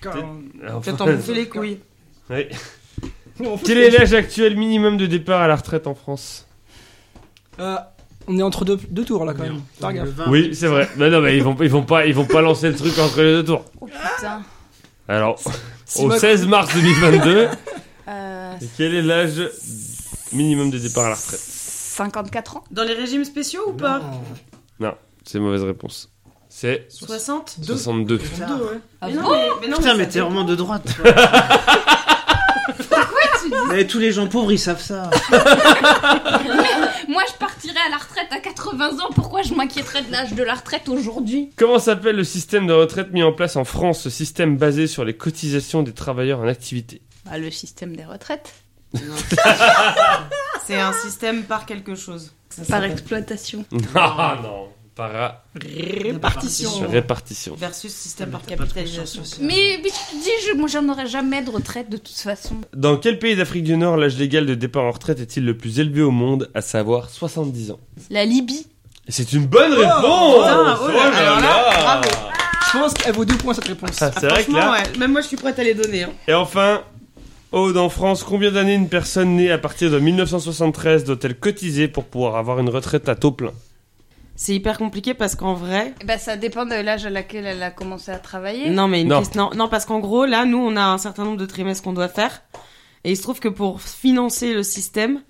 quarante-
enfin,
Peut-être en bouffer les couilles.
oui.
On fout
Quel
les-
est l'âge actuel minimum de départ à la retraite en France
Euh, On est entre deux, deux tours là quand même. Fais
Le
gaffe.
20
Oui, c'est vrai. Non, non, mais ils vont, ils vont pas, ils vont pas lancer le truc entre les deux tours.
Oh putain.
Alors,
Si
au
Mac-
16 mars 2022,
Euh,
quel est l'âge minimum de départ à la retraite
54 ans
Dans les régimes spéciaux ou pas
Non.
C'est mauvaise réponse. C'est
60
62.
Putain,
Ah
mais non,
bon
mais, mais non, mais
mais
ça
t'es
dépend.
vraiment de droite. toi. Mais tous les gens pauvres, ils savent ça.
Moi, je partirais à la retraite à 80 ans. Pourquoi je m'inquiéterais de l'âge de la retraite aujourd'hui
Comment s'appelle le système de retraite mis en place en France Ce système basé sur les cotisations des travailleurs en activité.
Bah, le système des retraites.
Non. C'est un système par quelque chose. Ça
Par
s'appelle.
exploitation.
Ah non Para
répartition
répartition.
versus système par
T'as pas trop de
capitalisation.
chance.
Mais, mais je te dis, je, moi, j'en aurais jamais de retraite de toute façon.
Dans quel pays d'Afrique du Nord l'âge légal de départ en retraite est-il le plus élevé au monde, à savoir 70 ans
La Libye.
Et C'est une bonne réponse
Oh putain, oh là, alors là, bravo.
Je pense qu'elle vaut deux points cette réponse.
Ah,
Ah,
C'est vrai que
franchement,
là...
ouais, même moi je suis prête à les donner. hein.
Et enfin, Aude en France, combien d'années une personne née à partir de 1973 doit-elle cotiser pour pouvoir avoir une retraite à taux plein
C'est hyper compliqué parce qu'en vrai.
Bah, ça dépend de l'âge à laquelle elle a commencé à travailler.
Non, mais une
Non.
question- non, non, parce qu'en gros, là, nous on a un certain nombre de trimestres qu'on doit faire. Et il se trouve que pour financer le système,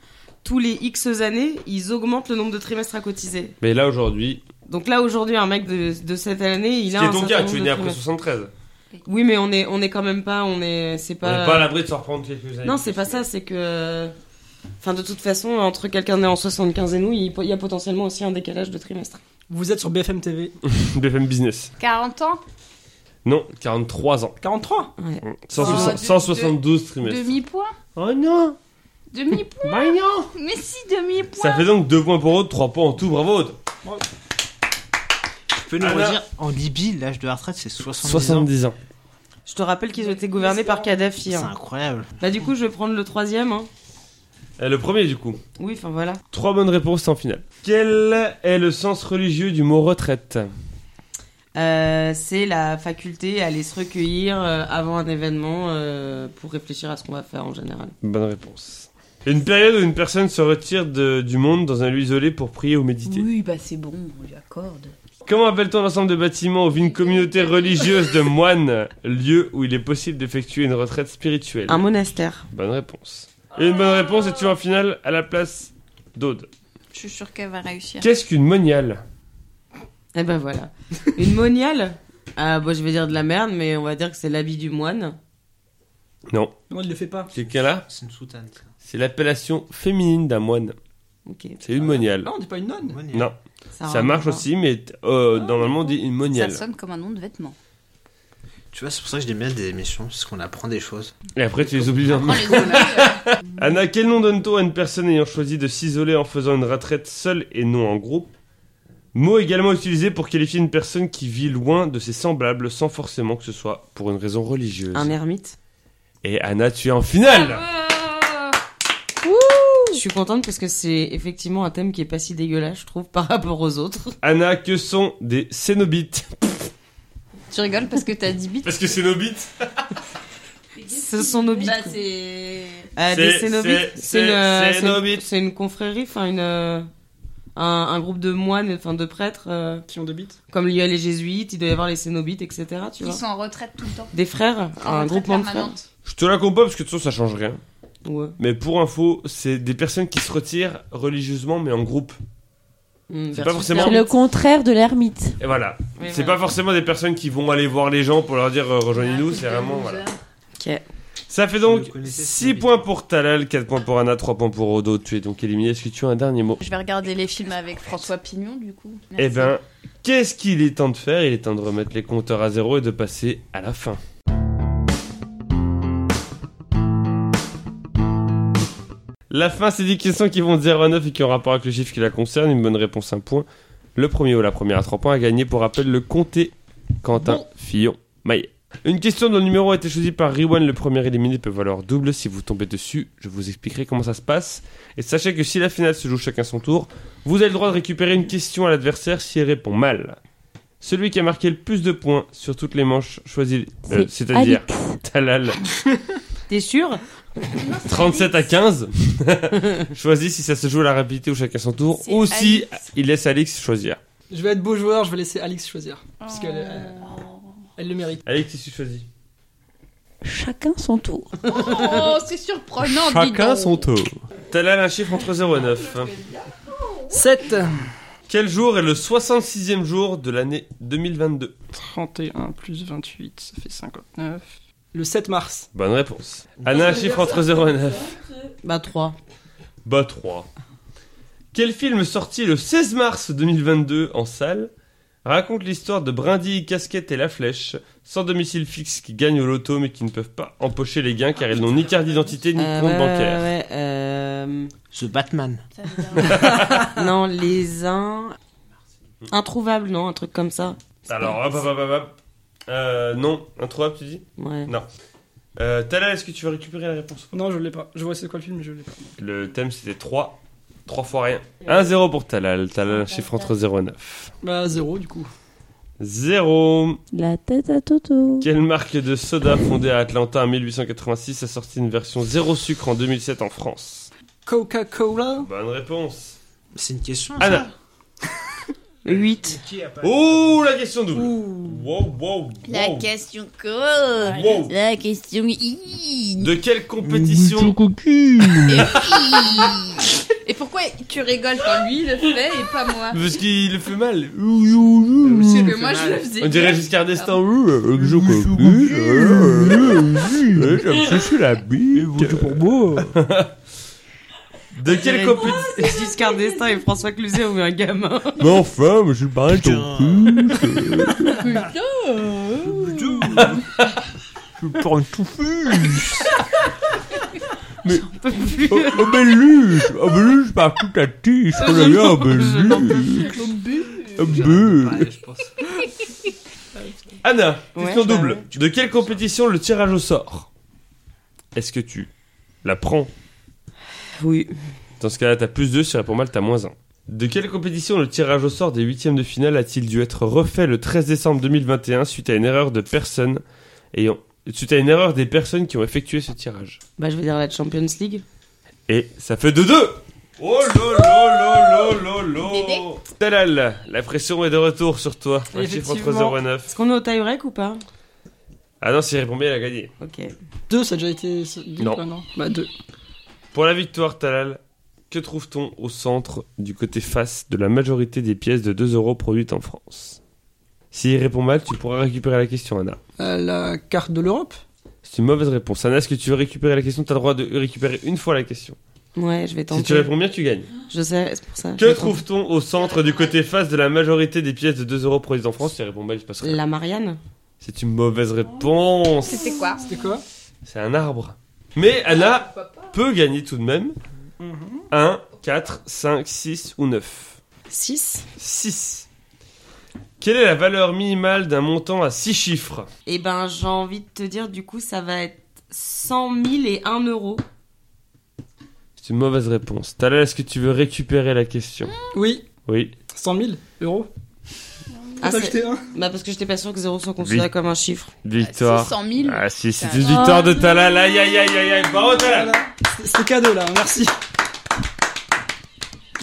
tous les X années, ils augmentent le nombre de trimestres à cotiser.
Mais là aujourd'hui,
Donc là, aujourd'hui, un mec de, de cette année, il
c'est
a un
ton
certain
cas,
nombre
tu es
de
né après
trimestres.
73.
Oui, mais on est, on est quand même pas, on est, c'est
On
pas.
n'est pas à l'abri de se reprendre quelques années.
Bah, non, c'est pas ça, c'est que. Enfin, de toute façon, entre quelqu'un né en 75 et nous, il il y a potentiellement aussi un décalage de trimestre.
Vous êtes sur BFM TV.
BFM Business.
40 ans
Non, 43 ans. Mmh.
43
160
Oh,
172 trimestres.
Demi-point
Oh non
Demi-point
Bah non
Mais si, demi-point
Ça fait donc 2 points pour Aude, 3 points en tout, bravo Aude
Tu peux nous
Alors-
redire, en Libye, l'âge de la retraite, c'est 70, ans.
70 ans.
Je te rappelle qu'ils ont été gouvernés par Kadhafi.
C'est
hein.
incroyable.
Bah, du coup, je vais prendre le troisième. hein.
Et le premier du coup.
Oui, enfin voilà.
Trois bonnes réponses en finale. Quel est le sens religieux du mot retraite
Euh, c'est la faculté à aller se recueillir euh, avant un événement euh, pour réfléchir à ce qu'on va faire en général.
Bonne réponse. Une période où une personne se retire de- du monde dans un lieu isolé pour prier ou méditer.
Oui, bah c'est bon, on lui accorde.
Comment appelle-t-on l'ensemble de bâtiments où vit une communauté religieuse de moines, lieu où il est possible d'effectuer une retraite spirituelle
Un monastère.
Bonne réponse. Et une bonne réponse et tu vas en finale à la place d'Aude.
Je suis sûre qu'elle va réussir.
Qu'est-ce qu'une moniale
Eh ben voilà. Une moniale Ah, bon, je vais dire de la merde, mais on va dire que c'est l'habit du moine.
Non.
Non, il le fait pas.
Quelqu'un là
C'est une soutane, ça.
C'est l'appellation féminine d'un moine.
Ok.
C'est une moniale.
Non, Ah, on dit pas une nonne.
Non.
a
Ça
rien à
marche
voir.
aussi, mais euh, normalement on dit une
Ça
moniale.
sonne comme un nom de vêtement.
Tu vois, c'est pour ça que j'aime bien des émissions, parce qu'on apprend des choses.
Et après tu les oublies dans
Oh, les gonneries, euh.
Anna, quel nom donne-t-on à une personne ayant choisi de s'isoler en faisant une retraite seule et non en groupe Mot également utilisé pour qualifier une personne qui vit loin de ses semblables sans forcément que ce soit pour une raison religieuse.
Un ermite.
Et Anna, tu es en
Ah
finale
Euh.
Bravo
Je suis contente parce que c'est effectivement un thème qui est pas si dégueulasse, je trouve, par rapport aux autres.
Anna, que sont des cénobites
Tu rigoles parce que t'as 10 bits
Parce que cénobites
Ce sont nos bites.
Bah, c'est.
Euh,
C'est-
des cénobites.
c'est-
C'est une,
c'est-
euh, c'est une,
cénobites.
c'est une confrérie, enfin une, euh, un, un groupe de moines, enfin de prêtres, euh,
Qui ont deux bites.
comme il y a les jésuites, il doit y avoir les cénobites, etc. Tu
Ils
vois.
sont en retraite tout le temps.
Des frères,
En
un
retraite
groupement de frères.
permanente.
Je te la compte pas parce que de toute façon ça change rien.
Ouais.
Mais pour info, c'est des personnes qui se retirent religieusement mais en groupe. C'est
Mm, versus
pas forcément.
C'est le contraire de l'ermite.
Et voilà.
Oui,
c'est
voilà. Ah,
pas forcément des personnes qui vont aller voir les gens pour leur dire euh, rejoignez-nous, c'est vraiment. Voilà.
Ok.
Ça fait
Je
donc
le connaissais, ce
6
mec.
points pour Talal, 4 points pour Anna, 3 points pour Rodo. Tu es donc éliminé. Est-ce que tu as un dernier mot
Je vais regarder les films avec François Pignon, du coup.
Eh ben, qu'est-ce qu'il est temps de faire Il est temps de remettre les compteurs à zéro et de passer à la fin. La fin, c'est 10 questions qui vont de 0 à 9 et qui ont rapport avec le chiffre qui la concerne. Une bonne réponse, un point. Le premier ou la première à 3 points a gagné pour rappel le comté Quentin Fillon Maillet. Une question dont le numéro a été choisi par Rewan, le premier éliminé peut valoir double. Si vous tombez dessus, je vous expliquerai comment ça se passe. Et sachez que si la finale se joue chacun son tour, vous avez le droit de récupérer une question à l'adversaire s'il répond mal. Celui qui a marqué le plus de points sur toutes les manches choisit, euh,
C'est
c'est-à-dire
Alix.
Talal,
T'es sûr
37 à 15, choisit si ça se joue à la rapidité ou chacun son tour,
C'est
ou si
Alix.
il laisse Alix choisir.
Je vais être beau joueur, je vais laisser Alix choisir. Parce qu'elle elle, elle le mérite.
Alix, si tu choisis.
Chacun son tour.
Oh, c'est surprenant, dis donc.
Euh,
tour. Talal, un chiffre entre 0 et 9.
7
Quel jour est le 66e jour de l'année 2022
31 plus 28, ça fait 59. Le 7 mars.
Bonne réponse. Anna, un chiffre entre 0 et 9.
Bah 3.
Bah 3. Quel film sorti le 16 mars 2022 en salle raconte l'histoire de Brindy, Casquette et La Flèche, sans domicile fixe qui gagnent au loto mais qui ne peuvent pas empocher les gains car ils n'ont ni carte d'identité ni compte bancaire.
Ah ouais, euh,
The Batman.
non, les uns. Introuvables, non, un truc comme ça.
Mmh. Alors, hop, hop, hop, hop, hop. Euh, non, introuvable tu dis
Ouais.
euh, Tala, est-ce que tu veux récupérer la réponse
Non, je l'ai pas. Je vois c'est quoi le film, mais je l'ai pas.
Le thème c'était 3, 3 fois rien. 1-0 pour Talal, Talal un chiffre entre 0 et 9.
Bah, 0 du coup.
0.
La tête à Toto.
Quelle marque de soda fondée à Atlanta en 1886 a sorti une version zéro sucre en 2007 en France
Coca-Cola
Bonne réponse.
C'est une question.
Anna.
8.
Oh, la question double. Wow, wow, wow.
question co
Wow.
La question i.
De quelle compétition
Et pourquoi tu rigoles quand lui le fait et pas moi
Parce qu'il le fait mal. Euh,
Parce que moi je le faisais.
On dirait Giscard d'Estaing. Ouh, euh, que Je cocu. Euh, ça me suce la bite.
pour moi
De quelle compétition
Giscard d'Estaing et François Cluzet ont eu un gamin.
Mais enfin, mais je suis pareil ton cul.
Je prends un touffu.
On peut plus.
Oh, oh, Belluche Oh, Belluche, par tout à ti, je connais bien ben,
Je n'en peux
Belluche Oh, Belluche.
je pense.
Anna,
Ouais,
question
bah
double.
ouais.
De quelle compétition le tirage au sort Est-ce que tu la prends
Oui.
Dans ce cas-là, t'as plus 2, si tu réponds mal, t'as moins 1. De quelle compétition le tirage au sort des huitièmes de finale a-t-il dû être refait le 13 décembre 2021 suite à une erreur de personnes ayant... Suite à une erreur des personnes qui ont effectué ce tirage
Bah, je vais dire la Champions League.
Et ça fait 2-2 Oh lo lo lo lo
Dédé.
lo Talal, la pression est de retour sur toi. Un chiffre entre
Effectivement.
0 et 9.
Est-ce qu'on est au tie-break ou pas
Ah non, s'il répond bien, il a gagné.
Ok.
2, ça a déjà été dit
Non.
ah, non. Bah, 2.
Pour la victoire, Talal, que trouve-t-on au centre du côté face de la majorité des pièces de 2 euros produites en France S'il répond mal, tu pourras récupérer la question, Anna.
Euh, la carte de l'Europe
C'est une mauvaise réponse. Anna, est-ce que tu veux récupérer la question T'as le droit de récupérer une fois la question.
Ouais, je vais tenter.
Si tu réponds bien, tu gagnes.
Je sais, c'est pour ça. je
Que
vais tenter.
trouve-t-on au centre du côté face de la majorité des pièces de 2 euros produites en France Si il répond mal, il se passe rien.
La Marianne
C'est une mauvaise réponse.
C'était quoi
C'était quoi
C'est un arbre. Mais Anna peut gagner tout de même. 1, 4, 5, 6 ou 9.
6.
6. Quelle est la valeur minimale d'un montant à 6 chiffres
Eh ben, j'ai envie de te dire, du coup, ça va être 100 000 et 1 euro.
C'est une mauvaise réponse. Talal, est-ce que tu veux récupérer la question
Oui.
Oui.
100 000 euros
Ah,
T'as
c'est-
acheté un
Bah, parce que j'étais pas sûr que 0 soit considéré
Oui.
comme un chiffre.
Victoire.
600 000.
Ah si, c'est une victoire de
Oh,
Talal. Aïe, aïe, aïe, aïe, aïe. Bravo Talal.
Voilà. C'est- C'est cadeau là, merci.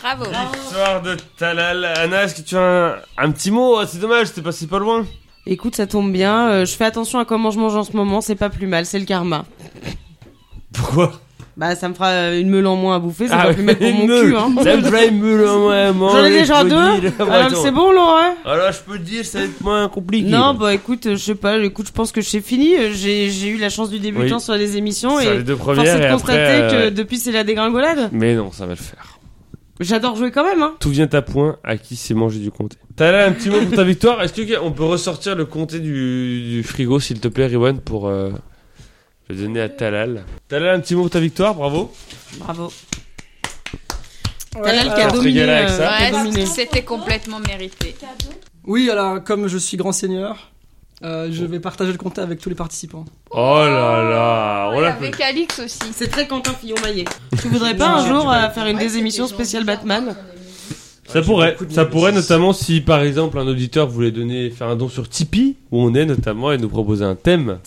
Bravo.
Victoire de Talal. Anna, est-ce que tu as un, un petit mot Ah, C'est dommage, t'es passé pas loin.
Écoute, ça tombe bien. euh, je fais attention à comment je mange en ce moment. C'est pas plus mal. C'est le karma.
Pourquoi
Bah, ça me fera euh, une meule en moins à bouffer. C'est
Ah,
pas plus mal pour
une
mon
meule.
cul, hein.
Ça me ferait une meule en moins, moi,
J'en ai
je
déjà
peux
deux.
dire.
Alors,
Attends.
c'est bon, Laura
Alors, je peux te dire, ça va être moins compliqué.
Non, bah écoute, euh, je sais pas, écoute, je pense que j'ai fini. Euh, J'ai j'ai eu la chance du débutant
Oui.
sur les émissions
Sur
et
les deux
force est
premières et
de
après.
constater que
euh,
depuis c'est la dégringolade.
Mais non, ça va le faire.
J'adore jouer quand même, hein.
Tout vient à point à qui s'est mangé du comté. T'as là un petit mot pour ta victoire. Est-ce que on peut ressortir le comté du, du frigo, s'il te plaît, Riwan, pour euh, le donner à Talal Talal, un petit mot pour ta victoire, bravo.
Bravo.
Ouais,
Talal qui a
alors-
dominé.
régalé avec
euh,
ça.
qui a dominé.
Ouais, c'était complètement mérité.
Oui, alors comme je suis grand seigneur, euh, je vais partager le compte avec tous les participants.
Oh là
Oh,
là, on
Et
l'a fait.
avec Alix aussi.
C'est très Quentin Fillon-Maillet. Tu voudrais pas un jour euh, faire une des émissions spéciales Batman
Ça pourrait, ça pourrait notamment si par exemple un auditeur voulait donner, faire un don sur Tipeee, où on est notamment, et nous proposer un thème.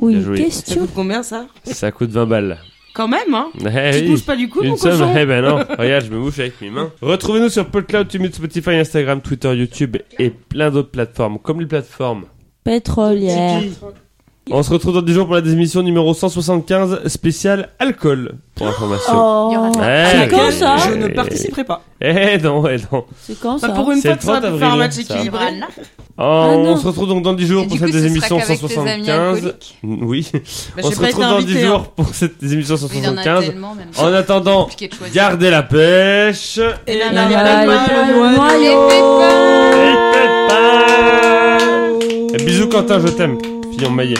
Ou
Bien
une
joué.
Ça
question.
coûte combien ça
Ça coûte 20 balles.
Quand même, hein
Eh
Tu
oui.
te bouges pas du coup,
Une
mon
somme,
cochon
eh ben non, regarde, je me mouche avec mes mains. Retrouvez-nous sur PodCloud, Tumult, Spotify, Instagram, Twitter, YouTube et plein d'autres plateformes, comme les plateformes
Pétrolière.
On se retrouve dans 10 jours pour la démission numéro 175 spéciale alcool pour information.
Il y aura
Oh,
de
la-
c'est
Ouais,
quand
mais-
ça
Je ne
Eh.
participerai pas.
Eh non, eh non.
C'est quand ça
Bah, pour une
C'est
fois,
le
tu aurais
30
pu faire un
avril,
match
ça.
équilibré.
Oh,
non.
on se retrouve donc dans 10
Ah Et
jours
du
pour
coup,
cette
ce sera
émission
qu'avec tes amis
175.
alcooliques.
Oui. on
Bah, j'ai
se
pas été
retrouve dans 10
invité. hein.
jours pour cette
Il
émission
y en a
175.
tellement, même.
En attendant,
compliqué de choisir.
gardez la pêche.
Et
Et
la
la
mariade
mariade
noire.
noire.
Allez, pépins Oh.
Et pépins. Et bisous Quentin, je t'aime. Fillon maillet.